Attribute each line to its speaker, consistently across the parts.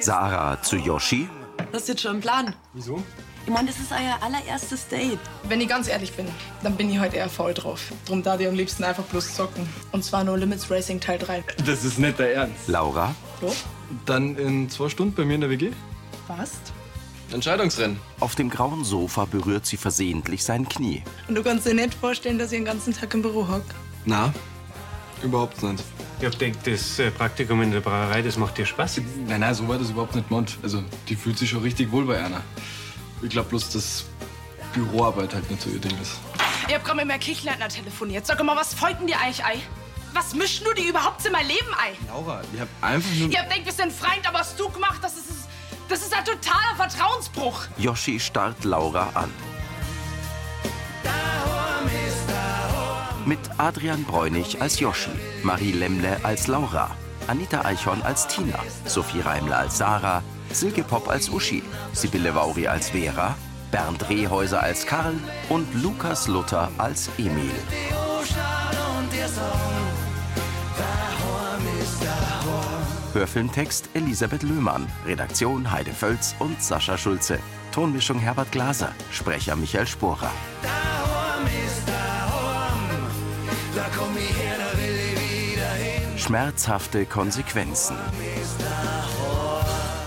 Speaker 1: Sarah zu Yoshi.
Speaker 2: Das ist jetzt schon ein Plan.
Speaker 3: Wieso?
Speaker 2: Ich meine, das ist euer allererstes Date.
Speaker 4: Wenn ich ganz ehrlich bin, dann bin ich heute eher faul drauf. Drum da die am liebsten einfach bloß zocken. Und zwar No Limits Racing Teil 3.
Speaker 3: Das ist nicht der Ernst.
Speaker 1: Laura,
Speaker 4: So?
Speaker 3: Dann in zwei Stunden bei mir in der WG?
Speaker 4: Was?
Speaker 3: Entscheidungsrennen.
Speaker 1: auf dem grauen Sofa berührt sie versehentlich sein Knie.
Speaker 4: Und du kannst dir nicht vorstellen, dass ich den ganzen Tag im Büro hock.
Speaker 3: Na? Überhaupt nicht.
Speaker 5: Ich hab gedacht, das äh, Praktikum in der Brauerei, das macht dir Spaß.
Speaker 3: Nein, nein, so war das überhaupt nicht Mond. Also, die fühlt sich schon richtig wohl bei Anna. Ich glaube bloß, dass Büroarbeit halt nicht so ihr Ding ist.
Speaker 6: Ich hab gerade mit meinem Kirchleitner telefoniert. Sag mal, was folgt denn dir eigentlich, Ei? Was mischt nur die überhaupt in mein Leben, Ei?
Speaker 3: Laura, ich hab einfach nur.
Speaker 6: Ihr habt denkt, wir sind Freund, aber was du gemacht hast, das ist, das ist ein totaler Vertrauensbruch.
Speaker 1: Yoshi starrt Laura an. Mit Adrian Bräunig als Yoshi, Marie Lemle als Laura, Anita Eichhorn als Tina, Sophie Reimler als Sarah, Silke Pop als Uschi, Sibylle Vauri als Vera, Bernd Rehäuser als Karl und Lukas Luther als Emil. Hörfilmtext Elisabeth Löhmann, Redaktion Heide Völz und Sascha Schulze, Tonmischung Herbert Glaser, Sprecher Michael Sporer. Schmerzhafte Konsequenzen.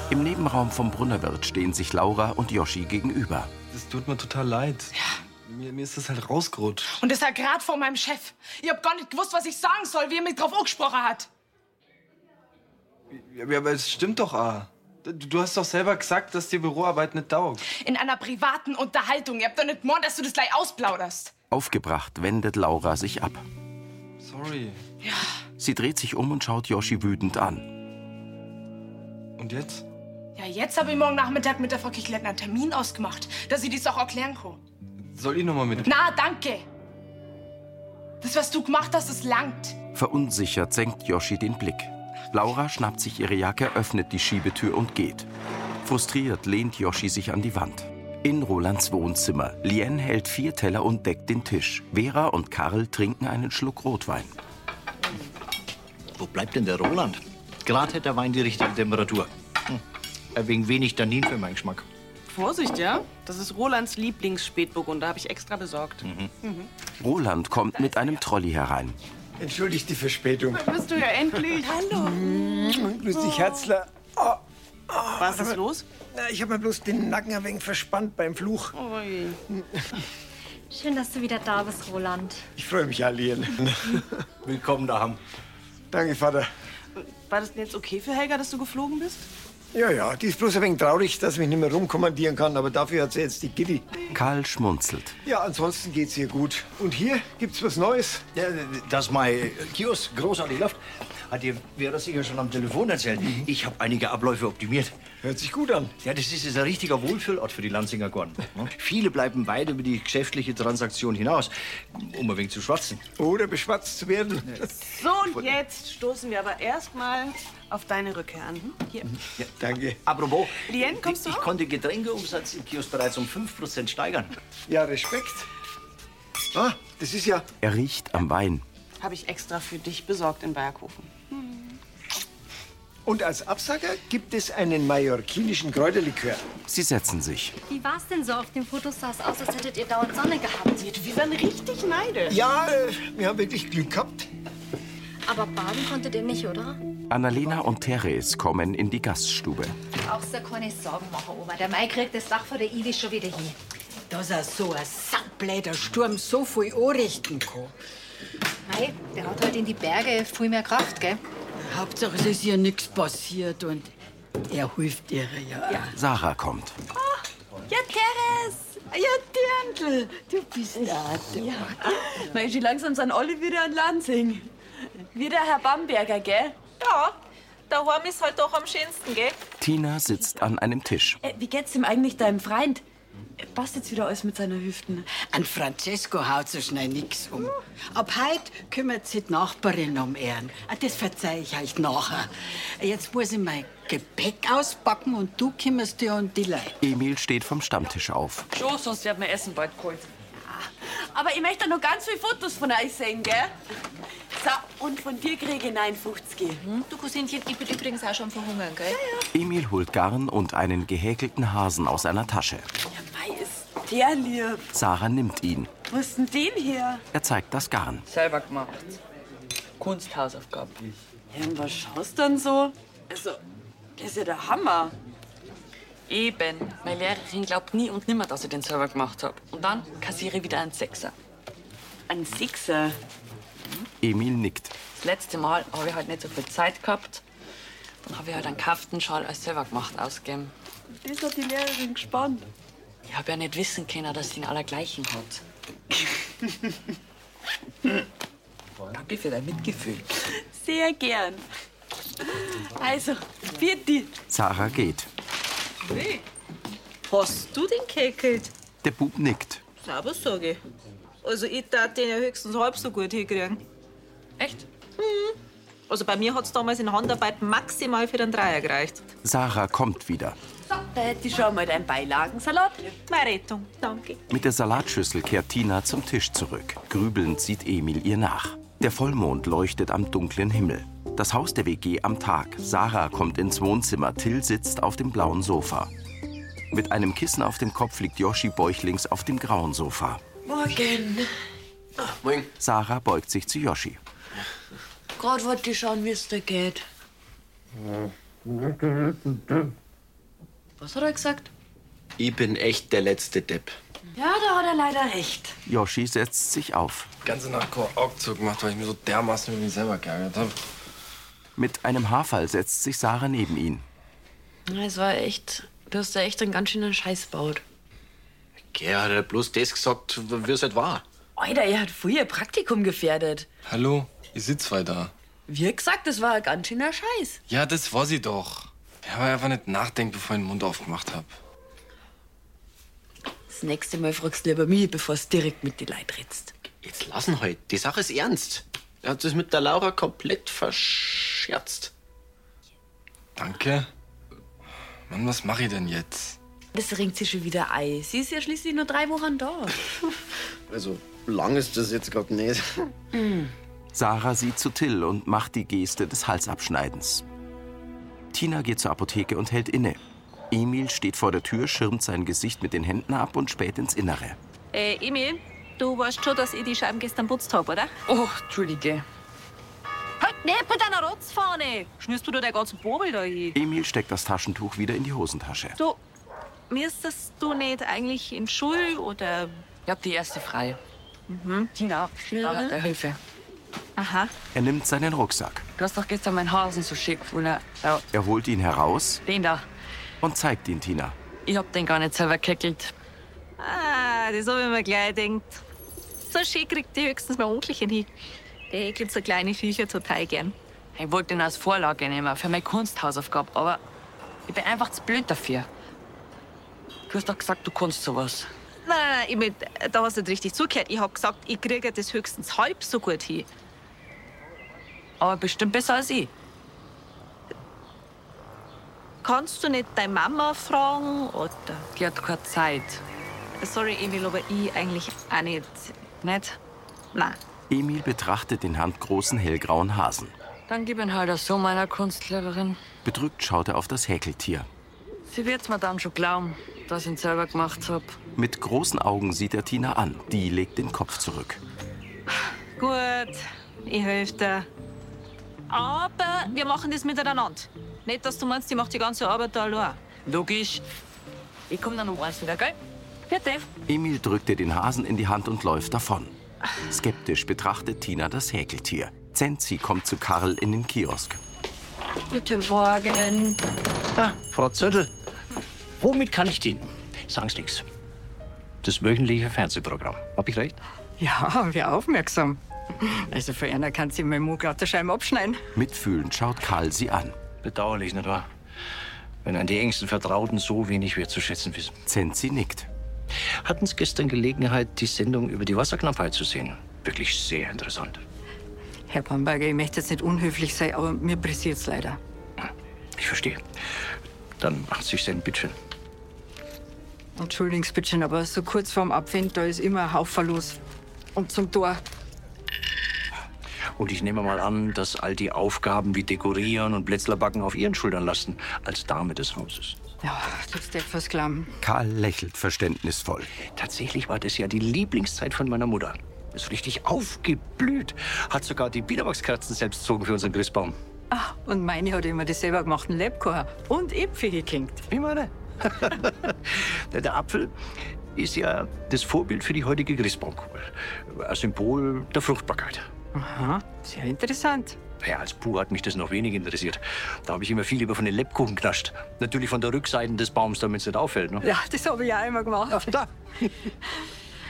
Speaker 1: Im Nebenraum vom Brunnerwirt stehen sich Laura und Yoshi gegenüber.
Speaker 3: Das tut mir total leid. Mir, mir ist das halt rausgerutscht.
Speaker 6: Und das war gerade vor meinem Chef. Ich hab gar nicht gewusst, was ich sagen soll, wie er mich drauf angesprochen hat.
Speaker 3: Ja, aber es stimmt doch, A. Du, du hast doch selber gesagt, dass die Büroarbeit nicht taugt.
Speaker 6: In einer privaten Unterhaltung. Ihr habt doch nicht morgen, dass du das gleich ausplauderst.
Speaker 1: Aufgebracht wendet Laura sich ab.
Speaker 3: Sorry.
Speaker 1: Sie dreht sich um und schaut Yoshi wütend an.
Speaker 3: Und jetzt?
Speaker 6: Ja, jetzt habe ich morgen Nachmittag mit der Frau Kichleitner einen Termin ausgemacht, dass ich dies auch erklären kann.
Speaker 3: Soll ich nochmal mit?
Speaker 6: Na, danke. Das, was du gemacht hast, das langt.
Speaker 1: Verunsichert senkt Yoshi den Blick. Laura schnappt sich ihre Jacke, öffnet die Schiebetür und geht. Frustriert lehnt Yoshi sich an die Wand. In Rolands Wohnzimmer. Lien hält vier Teller und deckt den Tisch. Vera und Karl trinken einen Schluck Rotwein.
Speaker 7: Wo bleibt denn der Roland? Gerade hätte der Wein die richtige Temperatur. Hm. Ein wenig wenig Tannin für meinen Geschmack.
Speaker 8: Vorsicht, ja? Das ist Rolands Lieblingsspätburgunder, habe ich extra besorgt. Mhm.
Speaker 1: Roland kommt mit einem Trolley herein.
Speaker 9: Entschuldigt die Verspätung.
Speaker 8: Bist du ja endlich.
Speaker 9: Grüß dich, Herzler. Oh,
Speaker 8: Was ist los?
Speaker 9: na, ich habe mir bloß den Nacken ein wenig verspannt beim Fluch.
Speaker 8: Ui.
Speaker 10: Schön, dass du wieder da bist, Roland.
Speaker 9: Ich freue mich, Alien.
Speaker 7: Willkommen daheim.
Speaker 9: Danke, Vater.
Speaker 8: War das denn jetzt okay für Helga, dass du geflogen bist?
Speaker 9: Ja, ja, die ist bloß ein wenig traurig, dass ich mich nicht mehr rumkommandieren kann, aber dafür hat sie jetzt die Gitti.
Speaker 1: Karl schmunzelt.
Speaker 9: Ja, ansonsten geht's ihr gut. Und hier gibt's was Neues.
Speaker 7: Ja, Dass mein Kiosk großartig läuft, hat dir Vera sicher schon am Telefon erzählt. Ich habe einige Abläufe optimiert.
Speaker 9: Hört sich gut an.
Speaker 7: Ja, das ist jetzt ein richtiger Wohlfühlort für die Lanzinger Gorn. ne? Viele bleiben weit über die geschäftliche Transaktion hinaus, um ein wenig zu schwatzen.
Speaker 9: Oder beschwatzt zu werden.
Speaker 8: So, und jetzt stoßen wir aber erstmal auf deine Rückkehr an. Hm? Hier.
Speaker 9: Danke.
Speaker 7: Apropos,
Speaker 8: Lien, kommst du
Speaker 7: ich
Speaker 8: auch?
Speaker 7: konnte Getränkeumsatz im Kiosk bereits um 5% steigern.
Speaker 9: Ja, Respekt. Ah, das ist ja.
Speaker 1: Er riecht am Wein.
Speaker 8: Habe ich extra für dich besorgt in Berghofen.
Speaker 9: Und als Absacker gibt es einen mallorquinischen Kräuterlikör.
Speaker 1: Sie setzen sich.
Speaker 10: Wie war's denn so? Auf den Fotos sah es aus, als hättet ihr dauernd Sonne gehabt.
Speaker 8: Wir waren richtig neidisch.
Speaker 9: Ja, äh, wir haben wirklich Glück gehabt.
Speaker 10: Aber baden konntet ihr nicht, oder?
Speaker 1: Annalena und Therese kommen in die Gaststube.
Speaker 10: Auch so keine Sorgen machen, Oma. Der Mai kriegt das Dach vor der Ivi schon wieder hin.
Speaker 11: Dass er so ein saubläder Sturm so viel anrichten kann.
Speaker 10: Mai, der hat heute in die Berge viel mehr Kraft, gell?
Speaker 11: Hauptsache, es ist ihr nichts passiert und er hilft ihr ja. Ja,
Speaker 1: Sarah kommt.
Speaker 11: ja Teres! Ja, Dirndl! Du bist da. Ja.
Speaker 2: Weil ich langsam sind alle wieder in Lansing. Wieder Herr Bamberger, gell? Ja. Daheim ist halt doch am schönsten, gell?
Speaker 1: Tina sitzt an einem Tisch.
Speaker 2: Äh, wie geht's ihm eigentlich deinem Freund? Äh, Passt jetzt wieder alles mit seiner Hüften.
Speaker 11: An Francesco haut so schnell nix um. Ab heute kümmert sich die Nachbarin um ihn. Ah, Das verzeih ich euch nachher. Jetzt muss ich mein Gepäck auspacken und du kümmerst dich um die Leute.
Speaker 1: Emil steht vom Stammtisch auf.
Speaker 8: Schon, sonst werden wir Essen bald geholt. Aber ich möchte noch ganz viele Fotos von euch sehen, gell?
Speaker 11: So, und von dir kriege ich 59. Hm? Du, Cousinchen, ich bin übrigens auch schon verhungern, gell?
Speaker 1: Emil holt Garn und einen gehäkelten Hasen aus einer Tasche.
Speaker 11: Mei, ist der lieb.
Speaker 1: Sarah nimmt ihn.
Speaker 11: Wo ist denn den her?
Speaker 1: Er zeigt das Garn.
Speaker 12: Selber gemacht. Kunsthausaufgaben.
Speaker 11: Ja, und was schaust du denn so? Also, das ist ja der Hammer.
Speaker 12: Eben. Meine Lehrerin glaubt nie und nimmer, dass ich den selber gemacht habe. Und dann kassiere ich wieder einen Sechser.
Speaker 11: Ein Sechser?
Speaker 1: Emil nickt.
Speaker 12: Das letzte Mal habe ich halt nicht so viel Zeit gehabt. Dann habe ich halt einen Kaftenschal als selber gemacht ausgegeben.
Speaker 11: Das hat die Lehrerin gespannt.
Speaker 12: Ich habe ja nicht wissen können, dass sie ihn allergleichen hat. Danke für dein Mitgefühl.
Speaker 11: Sehr gern. Also, für die.
Speaker 1: Sarah geht.
Speaker 10: Hast du den gekeckelt?
Speaker 1: Der Bub nickt.
Speaker 10: Sauber, sag ich. Also, ich tat den ja höchstens halb so gut hinkriegen.
Speaker 12: Echt?
Speaker 10: Mhm. Also, bei mir hat's damals in Handarbeit maximal für den Dreier gereicht.
Speaker 1: Sarah kommt wieder.
Speaker 11: So, da hätte ich schon mal deinen Beilagensalat.
Speaker 10: Meine Rettung, danke.
Speaker 1: Mit der Salatschüssel kehrt Tina zum Tisch zurück. Grübelnd sieht Emil ihr nach. Der Vollmond leuchtet am dunklen Himmel. Das Haus der WG am Tag. Sarah kommt ins Wohnzimmer. Till sitzt auf dem blauen Sofa. Mit einem Kissen auf dem Kopf liegt Yoshi bäuchlings auf dem grauen Sofa.
Speaker 2: Morgen.
Speaker 1: Moin. Sarah beugt sich zu Yoshi.
Speaker 2: Gerade wollte ich schauen, wie es dir geht. Was hat er gesagt?
Speaker 13: Ich bin echt der letzte Depp.
Speaker 2: Ja, da hat er leider recht.
Speaker 1: Yoshi setzt sich auf.
Speaker 3: Ganze Nacht keinen Augenzuck gemacht, weil ich mir so dermaßen mit mir selber geärgert habe.
Speaker 1: Mit einem Haarfall setzt sich Sarah neben ihn.
Speaker 2: Na, Es war echt. Du hast ja echt einen ganz schönen Scheiß baut.
Speaker 7: Gär, hat er bloß das gesagt, wie es halt war.
Speaker 2: Alter, er hat früher Praktikum gefährdet.
Speaker 3: Hallo, ihr sitzt weiter.
Speaker 2: Wir gesagt, das war ein ganz schöner Scheiß.
Speaker 3: Ja, das war sie doch. Ich habe einfach nicht nachdenkt, bevor ich den Mund aufgemacht habe.
Speaker 2: Das nächste Mal fragst du lieber mich, bevor du direkt mit die Leuten redst.
Speaker 7: Jetzt lassen halt. Die Sache ist ernst. Er hat es mit der Laura komplett verscherzt.
Speaker 3: Danke. Mann, was mache ich denn jetzt?
Speaker 2: Das ringt sich schon wieder ein. Sie ist ja schließlich nur drei Wochen da.
Speaker 13: Also, lang ist das jetzt gerade nicht.
Speaker 2: Hm.
Speaker 1: Sarah sieht zu Till und macht die Geste des Halsabschneidens. Tina geht zur Apotheke und hält inne. Emil steht vor der Tür, schirmt sein Gesicht mit den Händen ab und späht ins Innere.
Speaker 10: Äh, Emil, du weißt schon, dass ich die Scheiben gestern putzt hab, oder?
Speaker 12: Oh, Entschuldige.
Speaker 10: Halt nicht mit deiner Rotzfahne! Schnürst du da den ganzen Bobel da hin?
Speaker 1: Emil steckt das Taschentuch wieder in die Hosentasche.
Speaker 10: Du, müsstest du nicht eigentlich in Schul oder.
Speaker 12: Ich hab die erste frei.
Speaker 10: Mhm, Tina.
Speaker 12: Sarah, der Hilfe.
Speaker 10: Aha.
Speaker 1: Er nimmt seinen Rucksack.
Speaker 12: Du hast doch gestern meinen Hasen so schick gefunden. Schau,
Speaker 1: Er holt ihn heraus
Speaker 12: den da.
Speaker 1: und zeigt ihn Tina.
Speaker 12: Ich hab den gar nicht selber gekeckelt.
Speaker 10: Ah, das hab ich mir gleich gedacht. So schön kriegt die höchstens mein Onkelchen hin. Der ekelt so kleine Viecher total gern.
Speaker 12: Ich wollte ihn als Vorlage nehmen für meine Kunsthausaufgabe, aber ich bin einfach zu blöd dafür. Du hast doch gesagt, du kannst sowas.
Speaker 10: Nein, nein, ich mein, da hast du nicht richtig zugehört. Ich hab gesagt, ich kriege das höchstens halb so gut hin.
Speaker 12: Aber bestimmt besser als ich.
Speaker 10: Kannst du nicht deine Mama fragen? Oder?
Speaker 12: Die hat keine Zeit.
Speaker 10: Sorry, Emil, aber ich eigentlich auch nicht.
Speaker 12: Nicht?
Speaker 10: Nein.
Speaker 1: Emil betrachtet den handgroßen hellgrauen Hasen.
Speaker 12: Dann gib ihn halt auch so meiner Kunstlehrerin.
Speaker 1: Bedrückt schaut er auf das Häkeltier.
Speaker 12: Sie wird's mir dann schon glauben, dass ich ihn selber gemacht hab.
Speaker 1: Mit großen Augen sieht er Tina an. Die legt den Kopf zurück.
Speaker 10: Gut, ich helfe dir. Aber wir machen das miteinander. Nicht, dass du meinst, ich mache die ganze Arbeit da allein.
Speaker 12: Logisch. Ich komm dann um eins wieder, gell? Bitte.
Speaker 1: Emil drückt ihr den Hasen in die Hand und läuft davon. Skeptisch betrachtet Tina das Häkeltier. Zenzi kommt zu Karl in den Kiosk.
Speaker 2: Guten Morgen.
Speaker 7: Ah, Frau Zöttl, womit kann ich dienen? Sagen's nix. Das wöchentliche Fernsehprogramm. Hab ich recht?
Speaker 12: Ja, wir aufmerksam. Also für einer kann sie meinen Mug auf der Scheibe abschneiden.
Speaker 1: Mitfühlend schaut Karl sie an.
Speaker 7: Bedauerlich, nicht wahr? Wenn an die engsten Vertrauten so wenig wertzuschätzen wissen.
Speaker 1: Zenzi nickt.
Speaker 7: Hatten Sie gestern Gelegenheit, die Sendung über die Wasserknappheit zu sehen? Wirklich sehr interessant.
Speaker 12: Herr Bamberger, ich möchte jetzt nicht unhöflich sein, aber mir pressiert's leider.
Speaker 7: Ich verstehe. Dann macht sich sein Bittchen.
Speaker 12: Entschuldigens bitte, schön, aber so kurz vorm Abwind, da ist immer ein Haufen los. Und zum Tor.
Speaker 7: Und ich nehme mal an, dass all die Aufgaben wie Dekorieren und Plätzlerbacken auf ihren Schultern lasten, als Dame des Hauses.
Speaker 14: Ja, das ist etwas klamm.
Speaker 1: Karl lächelt verständnisvoll.
Speaker 7: Tatsächlich war das ja die Lieblingszeit von meiner Mutter. Ist richtig aufgeblüht. Hat sogar die Bienenwachskerzen selbst gezogen für unseren Christbaum.
Speaker 14: Ah, und meine hat immer die selber gemachten Lebkuchen und Äpfel gekinkt.
Speaker 7: Wie meine? Der Apfel ist ja das Vorbild für die heutige Christbaumkugel. Ein Symbol der Fruchtbarkeit.
Speaker 14: Aha, sehr interessant.
Speaker 7: Naja, als Bub hat mich das noch wenig interessiert. Da habe ich immer viel lieber von den Lebkuchen knascht. Natürlich von der Rückseite des Baums, damit es nicht auffällt. Ne?
Speaker 14: Ja, das habe ich auch immer gemacht.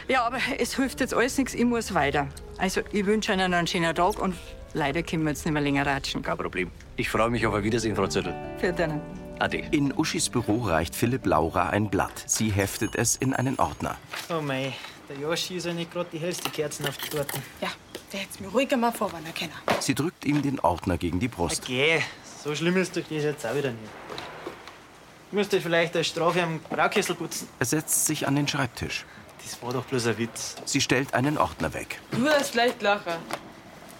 Speaker 14: ja, aber es hilft jetzt alles nichts, ich muss weiter. Also, ich wünsche Ihnen einen schönen Tag und leider können wir jetzt nicht mehr länger ratschen.
Speaker 7: Kein Problem. Ich freue mich auf ein Wiedersehen, Frau Zettel.
Speaker 14: Für deinen.
Speaker 7: Ade.
Speaker 1: In Uschis Büro reicht Philipp Laura ein Blatt. Sie heftet es in einen Ordner.
Speaker 15: Oh mei, der Yoshi ist ja nicht gerade die hellste Kerzen auf die Torte.
Speaker 6: Ja, der hätte mir ruhiger mal vorwarnen können.
Speaker 1: Sie drückt ihm den Ordner gegen die Brust.
Speaker 15: Okay, so schlimm ist doch das jetzt auch wieder nicht. Ich müsste vielleicht als Strafe am Braukessel putzen.
Speaker 1: Er setzt sich an den Schreibtisch.
Speaker 15: Das war doch bloß ein Witz.
Speaker 1: Sie stellt einen Ordner weg.
Speaker 6: Du wirst leicht lachen.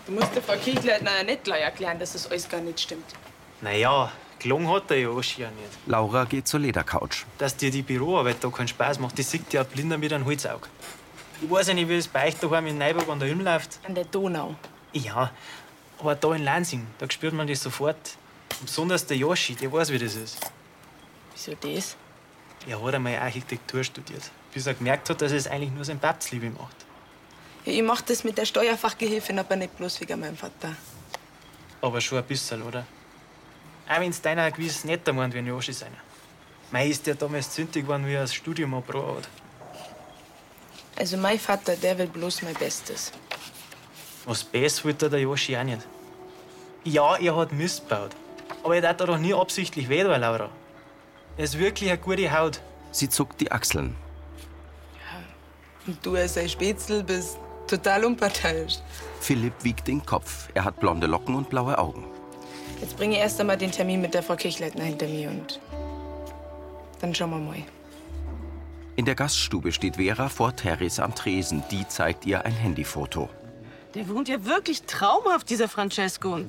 Speaker 6: Du musst der Frau Kirchleitner ja nicht gleich erklären, dass das alles gar nicht stimmt.
Speaker 15: Naja, gelungen hat der Yoshi ja nicht.
Speaker 1: Laura geht zur Ledercouch.
Speaker 15: Dass dir die Büroarbeit da keinen Spaß macht, das sieht ja ein Blinder mit einem Holzauge. Ich weiß ja nicht, wie es bei euch daheim in Neuburg an der Ilm läuft.
Speaker 6: An der Donau.
Speaker 15: Ja, aber da in Lansing, da spürt man das sofort. Und besonders der Yoshi, der weiß, wie das ist.
Speaker 6: Wieso das?
Speaker 15: Er hat einmal Architektur studiert, bis er gemerkt hat, dass er es eigentlich nur sein Papst Liebe macht.
Speaker 6: Ja, ich mach das mit der Steuerfachgehilfin, aber nicht bloß wegen meinem Vater.
Speaker 15: Aber schon ein bisschen, oder? Auch wenn es deiner gewiss netter meint, wenn Yoshi seiner. Mei ist der damals zündig geworden, wie er das Studium abgebrochen hat.
Speaker 6: Also mein Vater, der will bloß mein Bestes.
Speaker 15: Was besser wollte der Yoshi auch nicht. Ja, er hat Mist gebaut. Aber er hat doch nie absichtlich weh, tun, Laura. Er ist wirklich eine gute Haut.
Speaker 1: Sie zuckt die Achseln.
Speaker 6: Und du als ein Spätzl bist total unparteiisch.
Speaker 1: Philipp wiegt den Kopf. Er hat blonde Locken und blaue Augen.
Speaker 6: Jetzt bringe ich erst einmal den Termin mit der Frau Kirchleitner hinter mir und dann schauen wir mal.
Speaker 1: In der Gaststube steht Vera vor Therese am Tresen. Die zeigt ihr ein Handyfoto.
Speaker 8: Der wohnt ja wirklich traumhaft, dieser Francesco.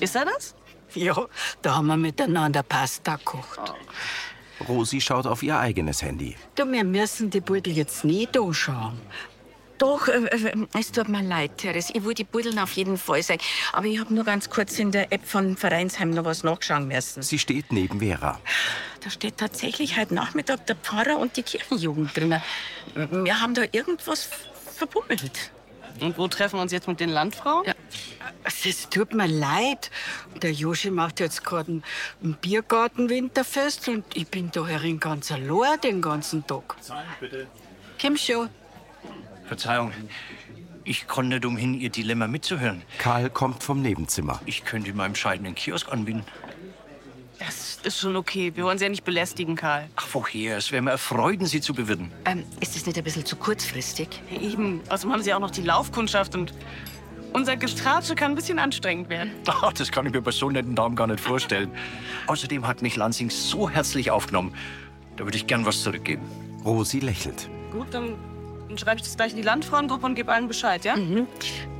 Speaker 8: Ist er das?
Speaker 14: Ja, da haben wir miteinander Pasta gekocht.
Speaker 1: Rosi schaut auf ihr eigenes Handy.
Speaker 14: Du, wir müssen die Budel jetzt nicht anschauen.
Speaker 16: Doch, äh, äh, es tut mir leid, Therese. Ich will die Buddeln auf jeden Fall sein. Aber ich habe nur ganz kurz in der App von Vereinsheim noch was nachschauen müssen.
Speaker 1: Sie steht neben Vera.
Speaker 16: Da steht tatsächlich heute Nachmittag der Pfarrer und die Kirchenjugend drin. Wir haben da irgendwas verbummelt.
Speaker 8: Und wo treffen wir uns jetzt mit den Landfrauen?
Speaker 14: Äh, Es tut mir leid. Der Joschi macht jetzt gerade ein Biergarten-Winterfest und ich bin da herin ganz allein den ganzen Tag.
Speaker 8: bitte.
Speaker 14: Komm schon.
Speaker 7: Verzeihung, ich konnte nicht umhin, Ihr Dilemma mitzuhören.
Speaker 1: Karl kommt vom Nebenzimmer.
Speaker 7: Ich könnte in meinem scheidenden Kiosk anbieten.
Speaker 8: Das ist schon okay. Wir wollen sie ja nicht belästigen, Karl.
Speaker 7: Ach, woher? Es wäre mir erfreuden, Sie zu bewirten.
Speaker 16: Ähm, ist das nicht ein bisschen zu kurzfristig?
Speaker 8: Eben. Außerdem haben sie auch noch die Laufkundschaft und unser Gestratsche kann ein bisschen anstrengend werden.
Speaker 7: Ach, das kann ich mir bei so netten Damen gar nicht vorstellen. Außerdem hat mich Lansing so herzlich aufgenommen. Da würde ich gern was zurückgeben.
Speaker 1: Rosi lächelt.
Speaker 8: Gut, dann, dann schreibe ich das gleich in die Landfrauengruppe und gebe allen Bescheid, ja?
Speaker 17: Mhm.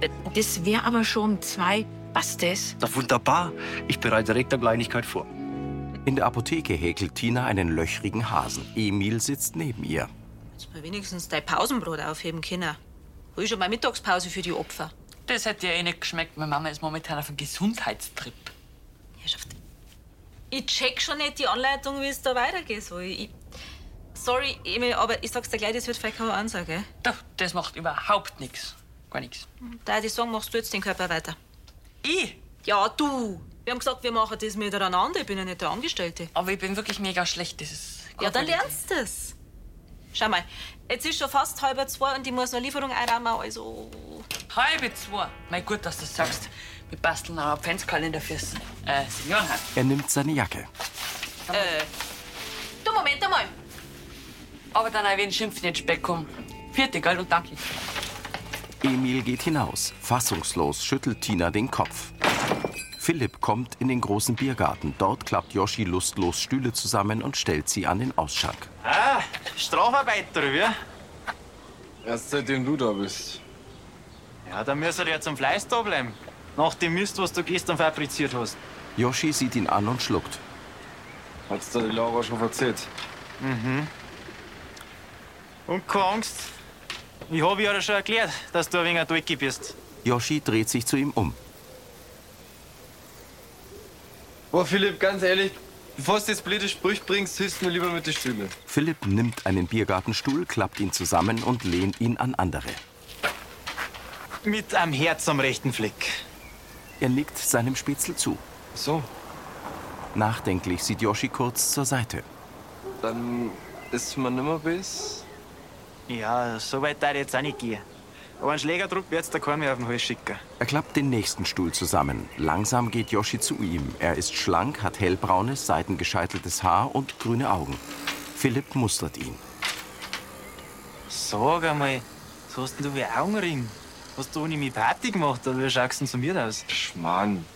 Speaker 16: Äh, Das wäre aber schon um zwei. Passt das?
Speaker 7: Na wunderbar, ich bereite direkt eine Kleinigkeit vor.
Speaker 1: In der Apotheke häkelt Tina einen löchrigen Hasen. Emil sitzt neben ihr.
Speaker 10: Jetzt mal wenigstens dein Pausenbrot aufheben können. Hol schon mal Mittagspause für die Opfer.
Speaker 12: Das hätte ja eh nicht geschmeckt. Meine Mama ist momentan auf einem Gesundheitstrip.
Speaker 10: Ich check schon nicht die Anleitung, wie es da weitergeht. So, ich, sorry, Emil, aber ich sag's dir gleich, das wird vielleicht keine Ansage.
Speaker 12: Doch, das macht überhaupt nichts. Gar nichts.
Speaker 10: Da ich sagen, machst du jetzt den Körper weiter. Ich? Ja, du. Wir haben gesagt, wir machen das miteinander. Ich bin ja nicht der Angestellte.
Speaker 12: Aber ich bin wirklich mega schlecht. Das ist
Speaker 10: Ja, dann lernst du das. Schau mal, jetzt ist schon fast halb zwei und ich muss noch Lieferung einräumen, also...
Speaker 12: Halbe zwei? Mein Gott, dass du das sagst. Wir basteln einen Adventskalender fürs äh, Seniorenheim.
Speaker 1: Er nimmt seine Jacke.
Speaker 10: Äh. Du, Moment einmal.
Speaker 12: Aber dann ein wenig schimpfen jetzt Speck kommen. Vierte, gell, und danke.
Speaker 1: Emil geht hinaus. Fassungslos schüttelt Tina den Kopf. Philipp kommt in den großen Biergarten. Dort klappt Yoshi lustlos Stühle zusammen und stellt sie an den Ausschank.
Speaker 5: Ah, Strafarbeit, oder wie?
Speaker 3: Erst seitdem du da bist.
Speaker 15: Ja, dann müsst ihr ja zum Fleiß da bleiben. Nach dem Mist, was du gestern fabriziert hast.
Speaker 1: Yoshi sieht ihn an und schluckt.
Speaker 3: Hat's da die Laura schon verzählt?
Speaker 15: Mhm. Und keine Angst. Ich habe ja schon erklärt, dass du ein wenig ein Dolki bist.
Speaker 1: Yoshi dreht sich zu ihm um.
Speaker 3: Boah, Philipp, ganz ehrlich, bevor du jetzt blöde Sprüche bringst, hilfst du mir lieber mit der Stimme.
Speaker 1: Philipp nimmt einen Biergartenstuhl, klappt ihn zusammen und lehnt ihn an andere.
Speaker 15: Mit einem Herz am rechten Fleck.
Speaker 1: Er nickt seinem Spitzel zu.
Speaker 3: So.
Speaker 1: Nachdenklich sieht Yoshi kurz zur Seite.
Speaker 3: Dann ist man nimmer bis.
Speaker 15: Ja, so weit darf ich jetzt auch nicht gehen. Aber einen Schlägerdruck wird's da keinen mehr auf den Hals schicken.
Speaker 1: Er klappt den nächsten Stuhl zusammen. Langsam geht Yoshi zu ihm. Er ist schlank, hat hellbraunes, seidengescheiteltes Haar und grüne Augen. Philipp mustert ihn.
Speaker 15: Sag einmal, was hast denn du für einen Augenring? Hast du ohne mich Party gemacht oder wie schaust du denn zu mir aus?
Speaker 3: Schmarrn.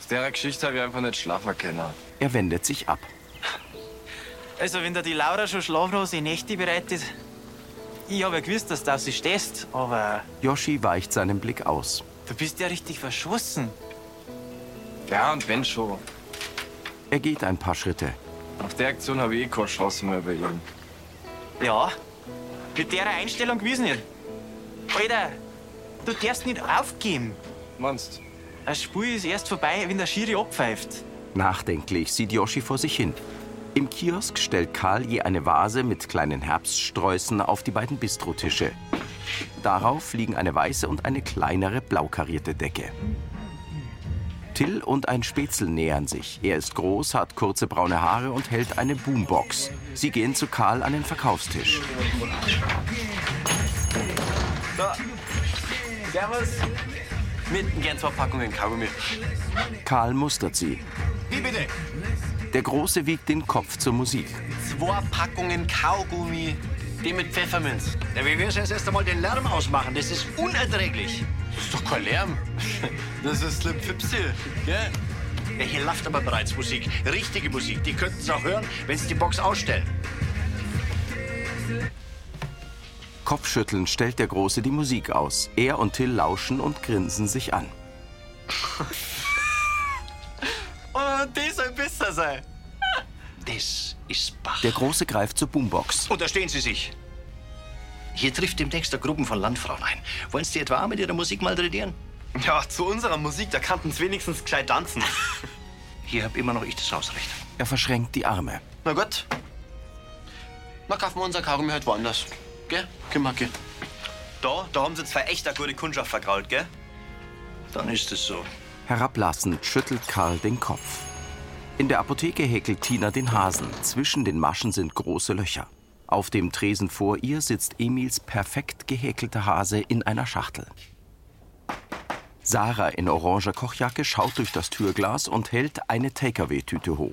Speaker 3: Aus der Geschichte habe ich einfach nicht schlafen können.
Speaker 1: Er wendet sich ab.
Speaker 15: Also, wenn dir die Laura schon schlaflose Nächte bereitet, ich habe ja gewusst, dass du auf sie stehst, aber
Speaker 1: Yoshi weicht seinen Blick aus.
Speaker 15: du bist ja richtig verschossen.
Speaker 3: Ja, und wenn schon.
Speaker 1: Er geht ein paar Schritte.
Speaker 3: Nach der Aktion habe ich eh keine Chance mehr bei ihm.
Speaker 15: Ja, mit der Einstellung gewiss nicht. Alter, du darfst nicht aufgeben.
Speaker 3: Meinst
Speaker 15: Ein Spiel ist erst vorbei, wenn der Schiri abpfeift.
Speaker 1: Nachdenklich sieht Yoshi vor sich hin. Im Kiosk stellt Karl je eine Vase mit kleinen Herbststräußen auf die beiden Bistrotische. Darauf liegen eine weiße und eine kleinere blau karierte Decke. Till und ein Spätzl nähern sich. Er ist groß, hat kurze braune Haare und hält eine Boombox. Sie gehen zu Karl an den Verkaufstisch.
Speaker 15: Da. Servus. Mitten gern zwei Packungen Kaugummi.
Speaker 1: Karl mustert sie.
Speaker 18: Wie bitte?
Speaker 1: Der Große wiegt den Kopf zur Musik.
Speaker 18: Zwei Packungen Kaugummi. Den mit Pfefferminz.
Speaker 19: Ja, wir müssen jetzt erst einmal den Lärm ausmachen. Das ist unerträglich.
Speaker 18: Das ist doch kein Lärm. Das ist Slip Fipsil, gell?
Speaker 19: Ja, hier läuft aber bereits Musik. Richtige Musik. Die könnten es auch hören, wenn sie die Box ausstellen.
Speaker 1: Kopfschüttelnd stellt der Große die Musik aus. Er und Till lauschen und grinsen sich an.
Speaker 15: Und die soll besser sein.
Speaker 19: Das ist Bach.
Speaker 1: Der Große greift zur Boombox.
Speaker 19: Unterstehen Sie sich. Hier trifft demnächst der Gruppen von Landfrauen ein. Wollen Sie die etwa auch mit Ihrer Musik malträtieren?
Speaker 18: Ja, zu unserer Musik, da kannten sie wenigstens gescheit tanzen.
Speaker 19: Hier hab immer noch ich das Hausrecht.
Speaker 1: Er verschränkt die Arme.
Speaker 18: Na gut. Na, kaufen wir unser Kaugummi halt woanders. Gell? Kimacke. Da, da haben sie zwei echt eine gute Kundschaft vergrault, gell?
Speaker 19: Dann ist es so.
Speaker 1: Herablassend schüttelt Karl den Kopf. In der Apotheke häkelt Tina den Hasen. Zwischen den Maschen sind große Löcher. Auf dem Tresen vor ihr sitzt Emils perfekt gehäkelter Hase in einer Schachtel. Sarah in oranger Kochjacke schaut durch das Türglas und hält eine Takeaway-Tüte hoch.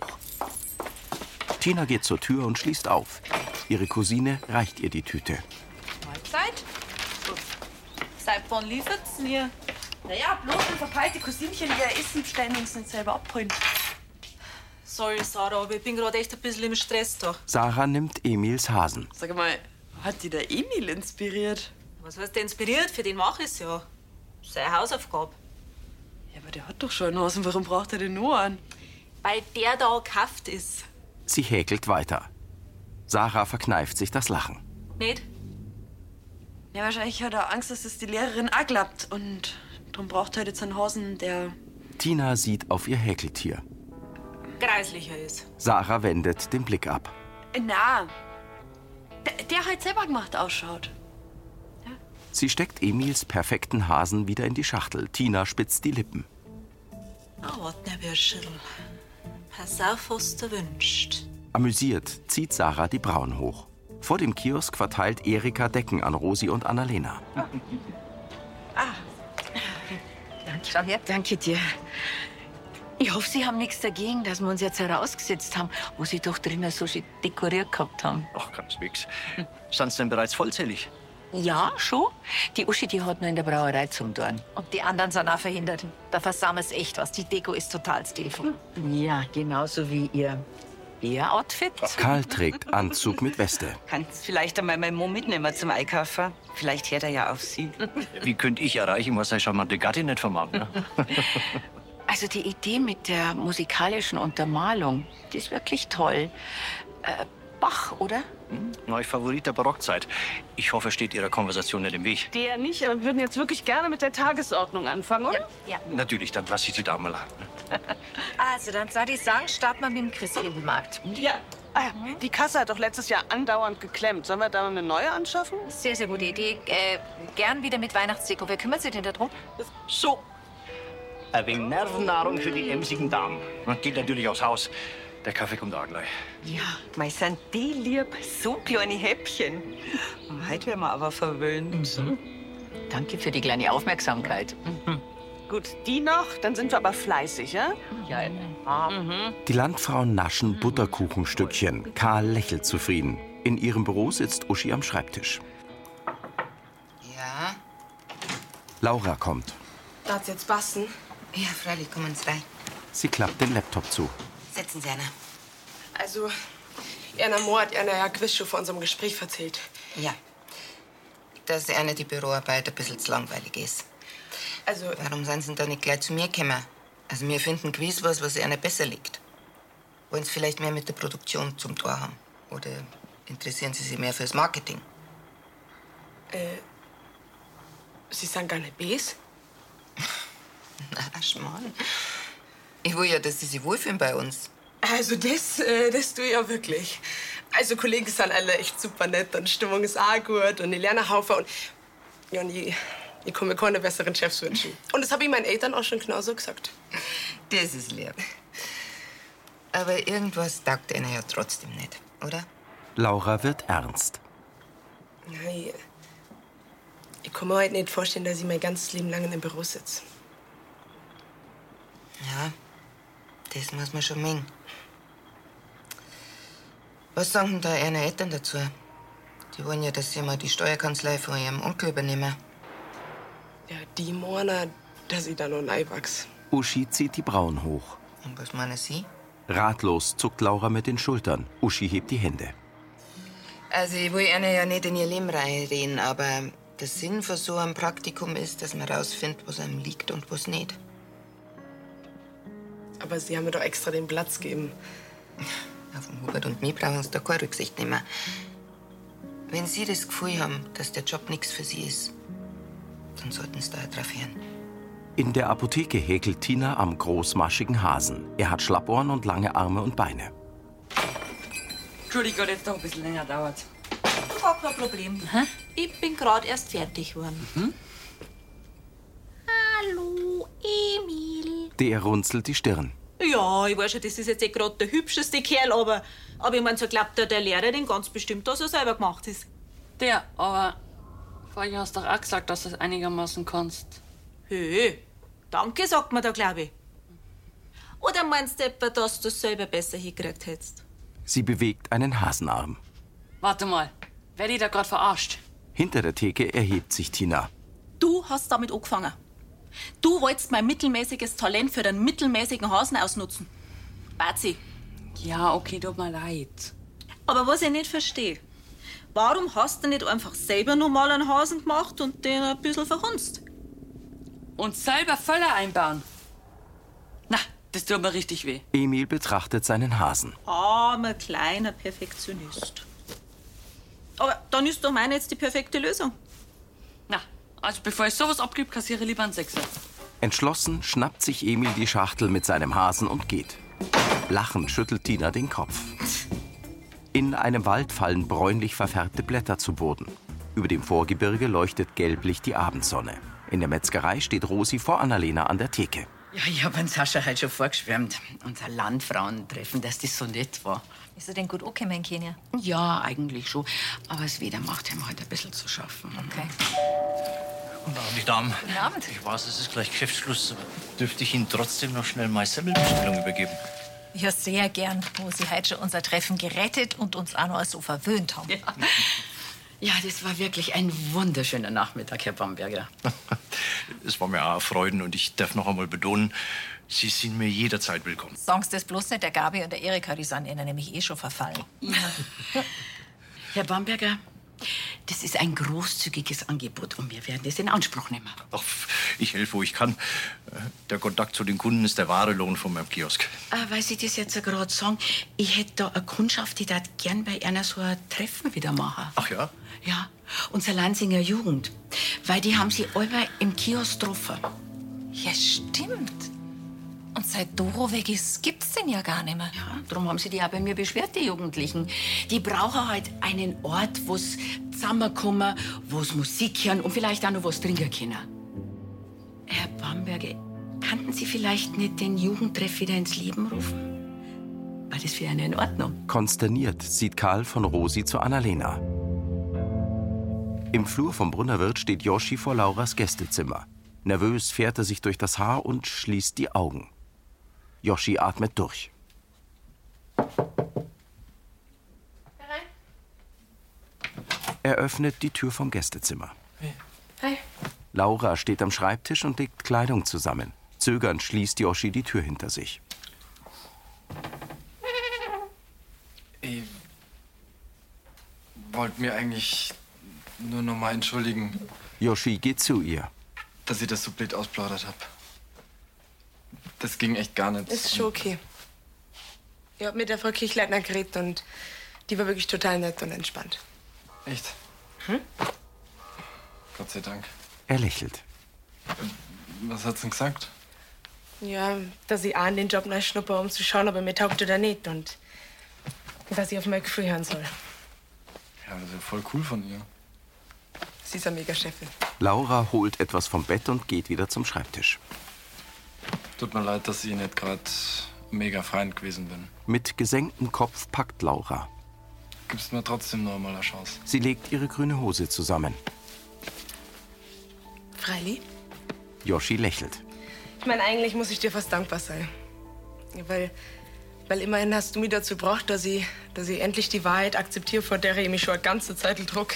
Speaker 1: Tina geht zur Tür und schließt auf. Ihre Cousine reicht ihr die Tüte.
Speaker 2: Mahlzeit. Seit wann liefert's denn hier? Naja, bloß wenn verpeilte Cousinchen ihr Essen bestellen und es nicht selber abholen.
Speaker 10: Sorry, Sarah, aber ich bin gerade echt ein bisschen im Stress da.
Speaker 1: Sarah nimmt Emils Hasen.
Speaker 2: Sag mal, hat die der Emil inspiriert?
Speaker 10: Was heißt der inspiriert? Für den mache ich es ja. Seine Hausaufgabe.
Speaker 2: Ja, aber der hat doch schon einen Hasen. Warum braucht er den nur an?
Speaker 10: Weil der da gekauft ist.
Speaker 1: Sie häkelt weiter. Sarah verkneift sich das Lachen.
Speaker 10: Nicht?
Speaker 2: Ja, wahrscheinlich hat er Angst, dass es die Lehrerin auch glaubt. Und darum braucht er halt jetzt einen Hasen, der
Speaker 1: Tina sieht auf ihr Häkeltier.
Speaker 10: Kreislicher ist.
Speaker 1: Sarah wendet den Blick ab.
Speaker 2: Äh, Na, der, der halt selber gemacht ausschaut.
Speaker 1: Sie steckt Emils perfekten Hasen wieder in die Schachtel. Tina spitzt die Lippen.
Speaker 10: Ah, warte, ne Büschel. Pass auf, was du wünschst.
Speaker 1: Amüsiert zieht Sarah die Brauen hoch. Vor dem Kiosk verteilt Erika Decken an Rosi und Annalena.
Speaker 17: Ah.
Speaker 16: Danke. Schau her. Danke dir. Ich hoffe, Sie haben nichts dagegen, dass wir uns jetzt herausgesetzt haben, wo Sie doch drinnen so schön dekoriert gehabt haben.
Speaker 7: Ach, keineswegs. Sind Sie denn bereits vollzählig?
Speaker 16: Ja, schon. Die Uschi, die hat nur in der Brauerei zum Dorn.
Speaker 20: Und die anderen sind auch verhindert. Da versammeln sie echt was. Die Deko ist total Stefan.
Speaker 16: Ja, genauso genau wie ihr.
Speaker 17: Ihr Outfit?
Speaker 1: Karl trägt Anzug mit Weste.
Speaker 17: Kannst vielleicht einmal meinen Mo mitnehmen zum Einkaufen. Vielleicht hört er ja auf Sie.
Speaker 19: Wie könnte ich erreichen, was eine charmante Gattin nicht vermag? Ne?
Speaker 16: Also die Idee mit der musikalischen Untermalung, die ist wirklich toll. Äh, Bach, oder?
Speaker 19: Hm? Neuer Favorit der Barockzeit. Ich hoffe, er steht Ihrer Konversation nicht im Weg.
Speaker 8: Der nicht, aber wir würden jetzt wirklich gerne mit der Tagesordnung anfangen, oder?
Speaker 16: Ja.
Speaker 19: Natürlich, dann lasse ich die Dame allein. ne?
Speaker 17: Also, dann soll ich sagen, starten wir mit dem Christkindlmarkt.
Speaker 8: Ja. Ah, Die Kasse hat doch letztes Jahr andauernd geklemmt. Sollen wir da eine neue anschaffen?
Speaker 17: Sehr, sehr gute Idee. Äh, gern wieder mit Weihnachtsdeko. Wer kümmert sich denn darum? So.
Speaker 19: Ein wenig Nervennahrung für die emsigen Damen. Man geht natürlich aufs Haus. Der Kaffee kommt auch gleich.
Speaker 17: Ja, mei, sind die lieb. So kleine Häppchen. Heute werden wir aber verwöhnt.
Speaker 16: Mhm. Danke für die kleine Aufmerksamkeit.
Speaker 17: Mhm.
Speaker 8: Gut, die noch, dann sind wir aber fleißig, ja?
Speaker 16: Ja,
Speaker 8: mhm.
Speaker 1: Die Landfrauen naschen Butterkuchenstückchen. Karl lächelt zufrieden. In ihrem Büro sitzt Uschi am Schreibtisch.
Speaker 21: Ja,
Speaker 1: Laura kommt.
Speaker 21: darf's jetzt passen? Ja, freilich, kommen Sie rein.
Speaker 1: Sie klappt den Laptop zu.
Speaker 21: Setzen Sie einer.
Speaker 6: Also, Erna Mohr hat Erna ja gewiss schon von unserem Gespräch erzählt.
Speaker 21: Ja. Dass einer die Büroarbeit ein bisschen zu langweilig ist.
Speaker 6: Also.
Speaker 21: Warum sind Sie denn da nicht gleich zu mir gekommen? Also, wir finden gewiss was, was einer besser liegt. Wollen Sie vielleicht mehr mit der Produktion zum Tor haben? Oder interessieren Sie sich mehr fürs Marketing?
Speaker 6: Äh, Sie sind gar nicht bes?
Speaker 21: Na, Schmarrn. Ich will ja, dass Sie sich wohlfühlen bei uns.
Speaker 6: Also, das, äh, das tue ich ja wirklich. Also, Kollegen sind alle echt super nett und Stimmung ist auch gut und ich lerne einen Haufen und. Ja, und ich, ich kann mir keine besseren Chefs wünschen. Und das habe ich meinen Eltern auch schon genauso gesagt.
Speaker 21: Das ist lieb. Aber irgendwas taugt einer ja trotzdem nicht, oder?
Speaker 1: Laura wird ernst.
Speaker 6: Nein. Ich kann mir heute nicht vorstellen, dass ich mein ganzes Leben lang in dem Büro sitze.
Speaker 21: Ja, das muss man schon mengen. Was sagen denn da Ihre Eltern dazu? Die wollen ja, dass Sie mal die Steuerkanzlei von Ihrem Onkel übernehmen.
Speaker 6: Ja, die Morna, dass ich da noch einwachse.
Speaker 1: Uschi zieht die Brauen hoch.
Speaker 21: Und was meinen Sie?
Speaker 1: Ratlos zuckt Laura mit den Schultern. Uschi hebt die Hände.
Speaker 21: Also, ich will Ihnen ja nicht in Ihr Leben reinreden, aber der Sinn von so einem Praktikum ist, dass man rausfindet, was einem liegt und was nicht.
Speaker 6: Aber sie haben mir doch extra den Platz gegeben.
Speaker 21: Auf den Hubert und mich brauchen Sie da keine Rücksicht nehmen. Wenn Sie das Gefühl haben, dass der Job nichts für Sie ist, dann sollten Sie da drauf hören.
Speaker 1: In der Apotheke häkelt Tina am großmaschigen Hasen. Er hat Schlappohren und lange Arme und Beine.
Speaker 17: Entschuldigung, jetzt doch ein bisschen länger dauert.
Speaker 10: Überhaupt kein Problem. Ich bin gerade erst fertig geworden.
Speaker 17: Mhm.
Speaker 10: Hallo, Emil.
Speaker 1: Der runzelt die Stirn.
Speaker 10: Ja, ich weiß schon, das ist jetzt eh gerade der hübscheste Kerl, aber, aber ich mein, so glaubt der, der Lehrer den ganz bestimmt, dass er selber gemacht ist.
Speaker 22: Der, aber vorher hast du doch auch gesagt, dass du das einigermaßen kannst.
Speaker 10: Hey, danke, sagt man da, glaube ich. Oder meinst du etwa, dass du selber besser hingekriegt hättest?
Speaker 1: Sie bewegt einen Hasenarm.
Speaker 22: Warte mal, werde ich da gerade verarscht?
Speaker 1: Hinter der Theke erhebt sich Tina.
Speaker 23: Du hast damit angefangen. Du wolltest mein mittelmäßiges Talent für den mittelmäßigen Hasen ausnutzen. Bazi.
Speaker 22: Ja, okay, tut mir leid.
Speaker 10: Aber was ich nicht verstehe, warum hast du nicht einfach selber nur mal einen Hasen gemacht und den ein bisschen verhunzt?
Speaker 22: Und selber Völler einbauen. Na, das tut mir richtig weh.
Speaker 1: Emil betrachtet seinen Hasen.
Speaker 10: Armer kleiner Perfektionist. Aber dann ist doch meine jetzt die perfekte Lösung.
Speaker 22: Na, also bevor ich sowas abgebe, kassiere ich lieber einen Sechser.
Speaker 1: Entschlossen schnappt sich Emil die Schachtel mit seinem Hasen und geht. Lachend schüttelt Tina den Kopf. In einem Wald fallen bräunlich verfärbte Blätter zu Boden. Über dem Vorgebirge leuchtet gelblich die Abendsonne. In der Metzgerei steht Rosi vor Annalena an der Theke.
Speaker 11: Ja, ich hab an Sascha halt schon vorgeschwärmt. Unser Landfrauentreffen, dass das so nett war.
Speaker 17: Ist er denn gut angekommen in Kenia?
Speaker 11: Ja, eigentlich schon. Aber das Wetter macht ihm halt ein bisschen zu schaffen. Okay.
Speaker 19: Guten Abend, die Damen.
Speaker 17: Guten Abend.
Speaker 19: Ich weiß, es ist gleich Geschäftsschluss, aber dürfte ich Ihnen trotzdem noch schnell meine Semmelbestellung übergeben?
Speaker 17: Ja, sehr gern, wo Sie heute schon unser Treffen gerettet und uns auch noch so verwöhnt haben.
Speaker 11: Ja, das war wirklich ein wunderschöner Nachmittag, Herr Bamberger.
Speaker 19: Es war mir auch eine Freude und ich darf noch einmal betonen, Sie sind mir jederzeit willkommen.
Speaker 24: Sonst ist bloß nicht der Gabi und der Erika, die sind ihnen nämlich eh schon verfallen.
Speaker 11: Herr Bamberger, das ist ein großzügiges Angebot und wir werden es in Anspruch nehmen.
Speaker 19: Ach, ich helfe, wo ich kann. Äh, Der Kontakt zu den Kunden ist der wahre Lohn von meinem Kiosk.
Speaker 11: Ah, weil Sie das jetzt ja gerade sagen, ich hätte da eine Kundschaft, die da gern bei einer so ein Treffen wieder machen.
Speaker 19: Ach ja?
Speaker 11: Ja, unser Lansinger Jugend. Weil die haben sie alle im Kiosk getroffen.
Speaker 24: Ja, stimmt. Und seit Doro weg ist, gibt's den ja gar nicht mehr.
Speaker 11: Ja, darum haben sie die auch bei mir beschwert, die Jugendlichen. Die brauchen halt einen Ort, wo sie zusammenkommen, wo sie Musik hören und vielleicht auch noch was trinken können. Herr Bamberger, kannten Sie vielleicht nicht den Jugendtreff wieder ins Leben rufen? War das für eine in Ordnung?
Speaker 1: Konsterniert sieht Karl von Rosi zu Annalena. Im Flur vom Brunnerwirt steht Yoshi vor Lauras Gästezimmer. Nervös fährt er sich durch das Haar und schließt die Augen. Yoshi atmet durch. Er öffnet die Tür vom Gästezimmer.
Speaker 25: Hi.
Speaker 1: Laura steht am Schreibtisch und legt Kleidung zusammen. Zögernd schließt Yoshi die Tür hinter sich.
Speaker 3: Ich wollte mir eigentlich nur noch mal entschuldigen,
Speaker 1: Yoshi geht zu ihr.
Speaker 3: dass ich das so blöd ausplaudert habe. Das ging echt gar nicht.
Speaker 6: Ist schon okay. Ich hab mit der Frau Kirchleitner geredet und die war wirklich total nett und entspannt.
Speaker 3: Echt?
Speaker 6: Hm?
Speaker 3: Gott sei Dank.
Speaker 1: Er lächelt.
Speaker 3: Was hat's denn gesagt?
Speaker 6: Ja, dass ich auch in den Job schnuppere, um zu schauen, ob er mir taugt oder nicht. Und dass ich auf mein Gefühl hören soll.
Speaker 3: Ja, das ist ja voll cool von ihr.
Speaker 6: Sie ist eine mega Chefin.
Speaker 1: Laura holt etwas vom Bett und geht wieder zum Schreibtisch.
Speaker 3: Tut mir leid, dass ich nicht gerade mega Freund gewesen bin.
Speaker 1: Mit gesenktem Kopf packt Laura.
Speaker 3: Gibst mir trotzdem noch mal eine Chance.
Speaker 1: Sie legt ihre grüne Hose zusammen.
Speaker 6: Freilich?
Speaker 1: Yoshi lächelt.
Speaker 6: Ich meine, eigentlich muss ich dir fast dankbar sein. Ja, Weil, weil immerhin hast du mich dazu gebracht, dass ich, dass ich endlich die Wahrheit akzeptiere, vor der ich mich schon eine ganze Zeit druck.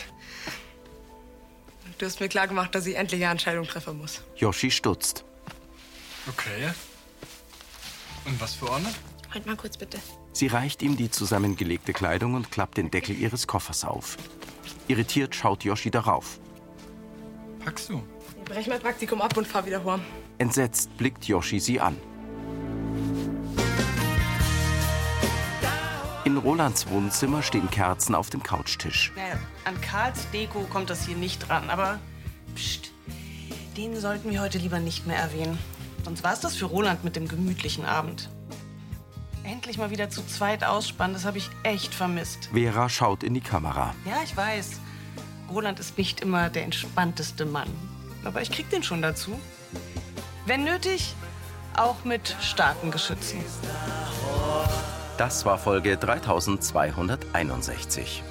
Speaker 6: Und Du hast mir klar gemacht, dass ich endlich eine Entscheidung treffen muss.
Speaker 1: Yoshi stutzt.
Speaker 3: Okay. Und was für eine?
Speaker 6: Halt mal kurz bitte.
Speaker 1: Sie reicht ihm die zusammengelegte Kleidung und klappt den Deckel ihres Koffers auf. Irritiert schaut Yoshi darauf.
Speaker 3: Packst du?
Speaker 6: Ich breche mein Praktikum ab und fahr wieder heim.
Speaker 1: Entsetzt blickt Yoshi sie an. In Rolands Wohnzimmer stehen Kerzen auf dem Couchtisch.
Speaker 8: Naja, an Karls Deko kommt das hier nicht dran, aber pst, den sollten wir heute lieber nicht mehr erwähnen. Sonst war es das für Roland mit dem gemütlichen Abend. Endlich mal wieder zu zweit ausspannen, das habe ich echt vermisst.
Speaker 1: Vera schaut in die Kamera.
Speaker 8: Ja, ich weiß, Roland ist nicht immer der entspannteste Mann. Aber ich krieg den schon dazu. Wenn nötig, auch mit starken Geschützen.
Speaker 1: Das war Folge 3261.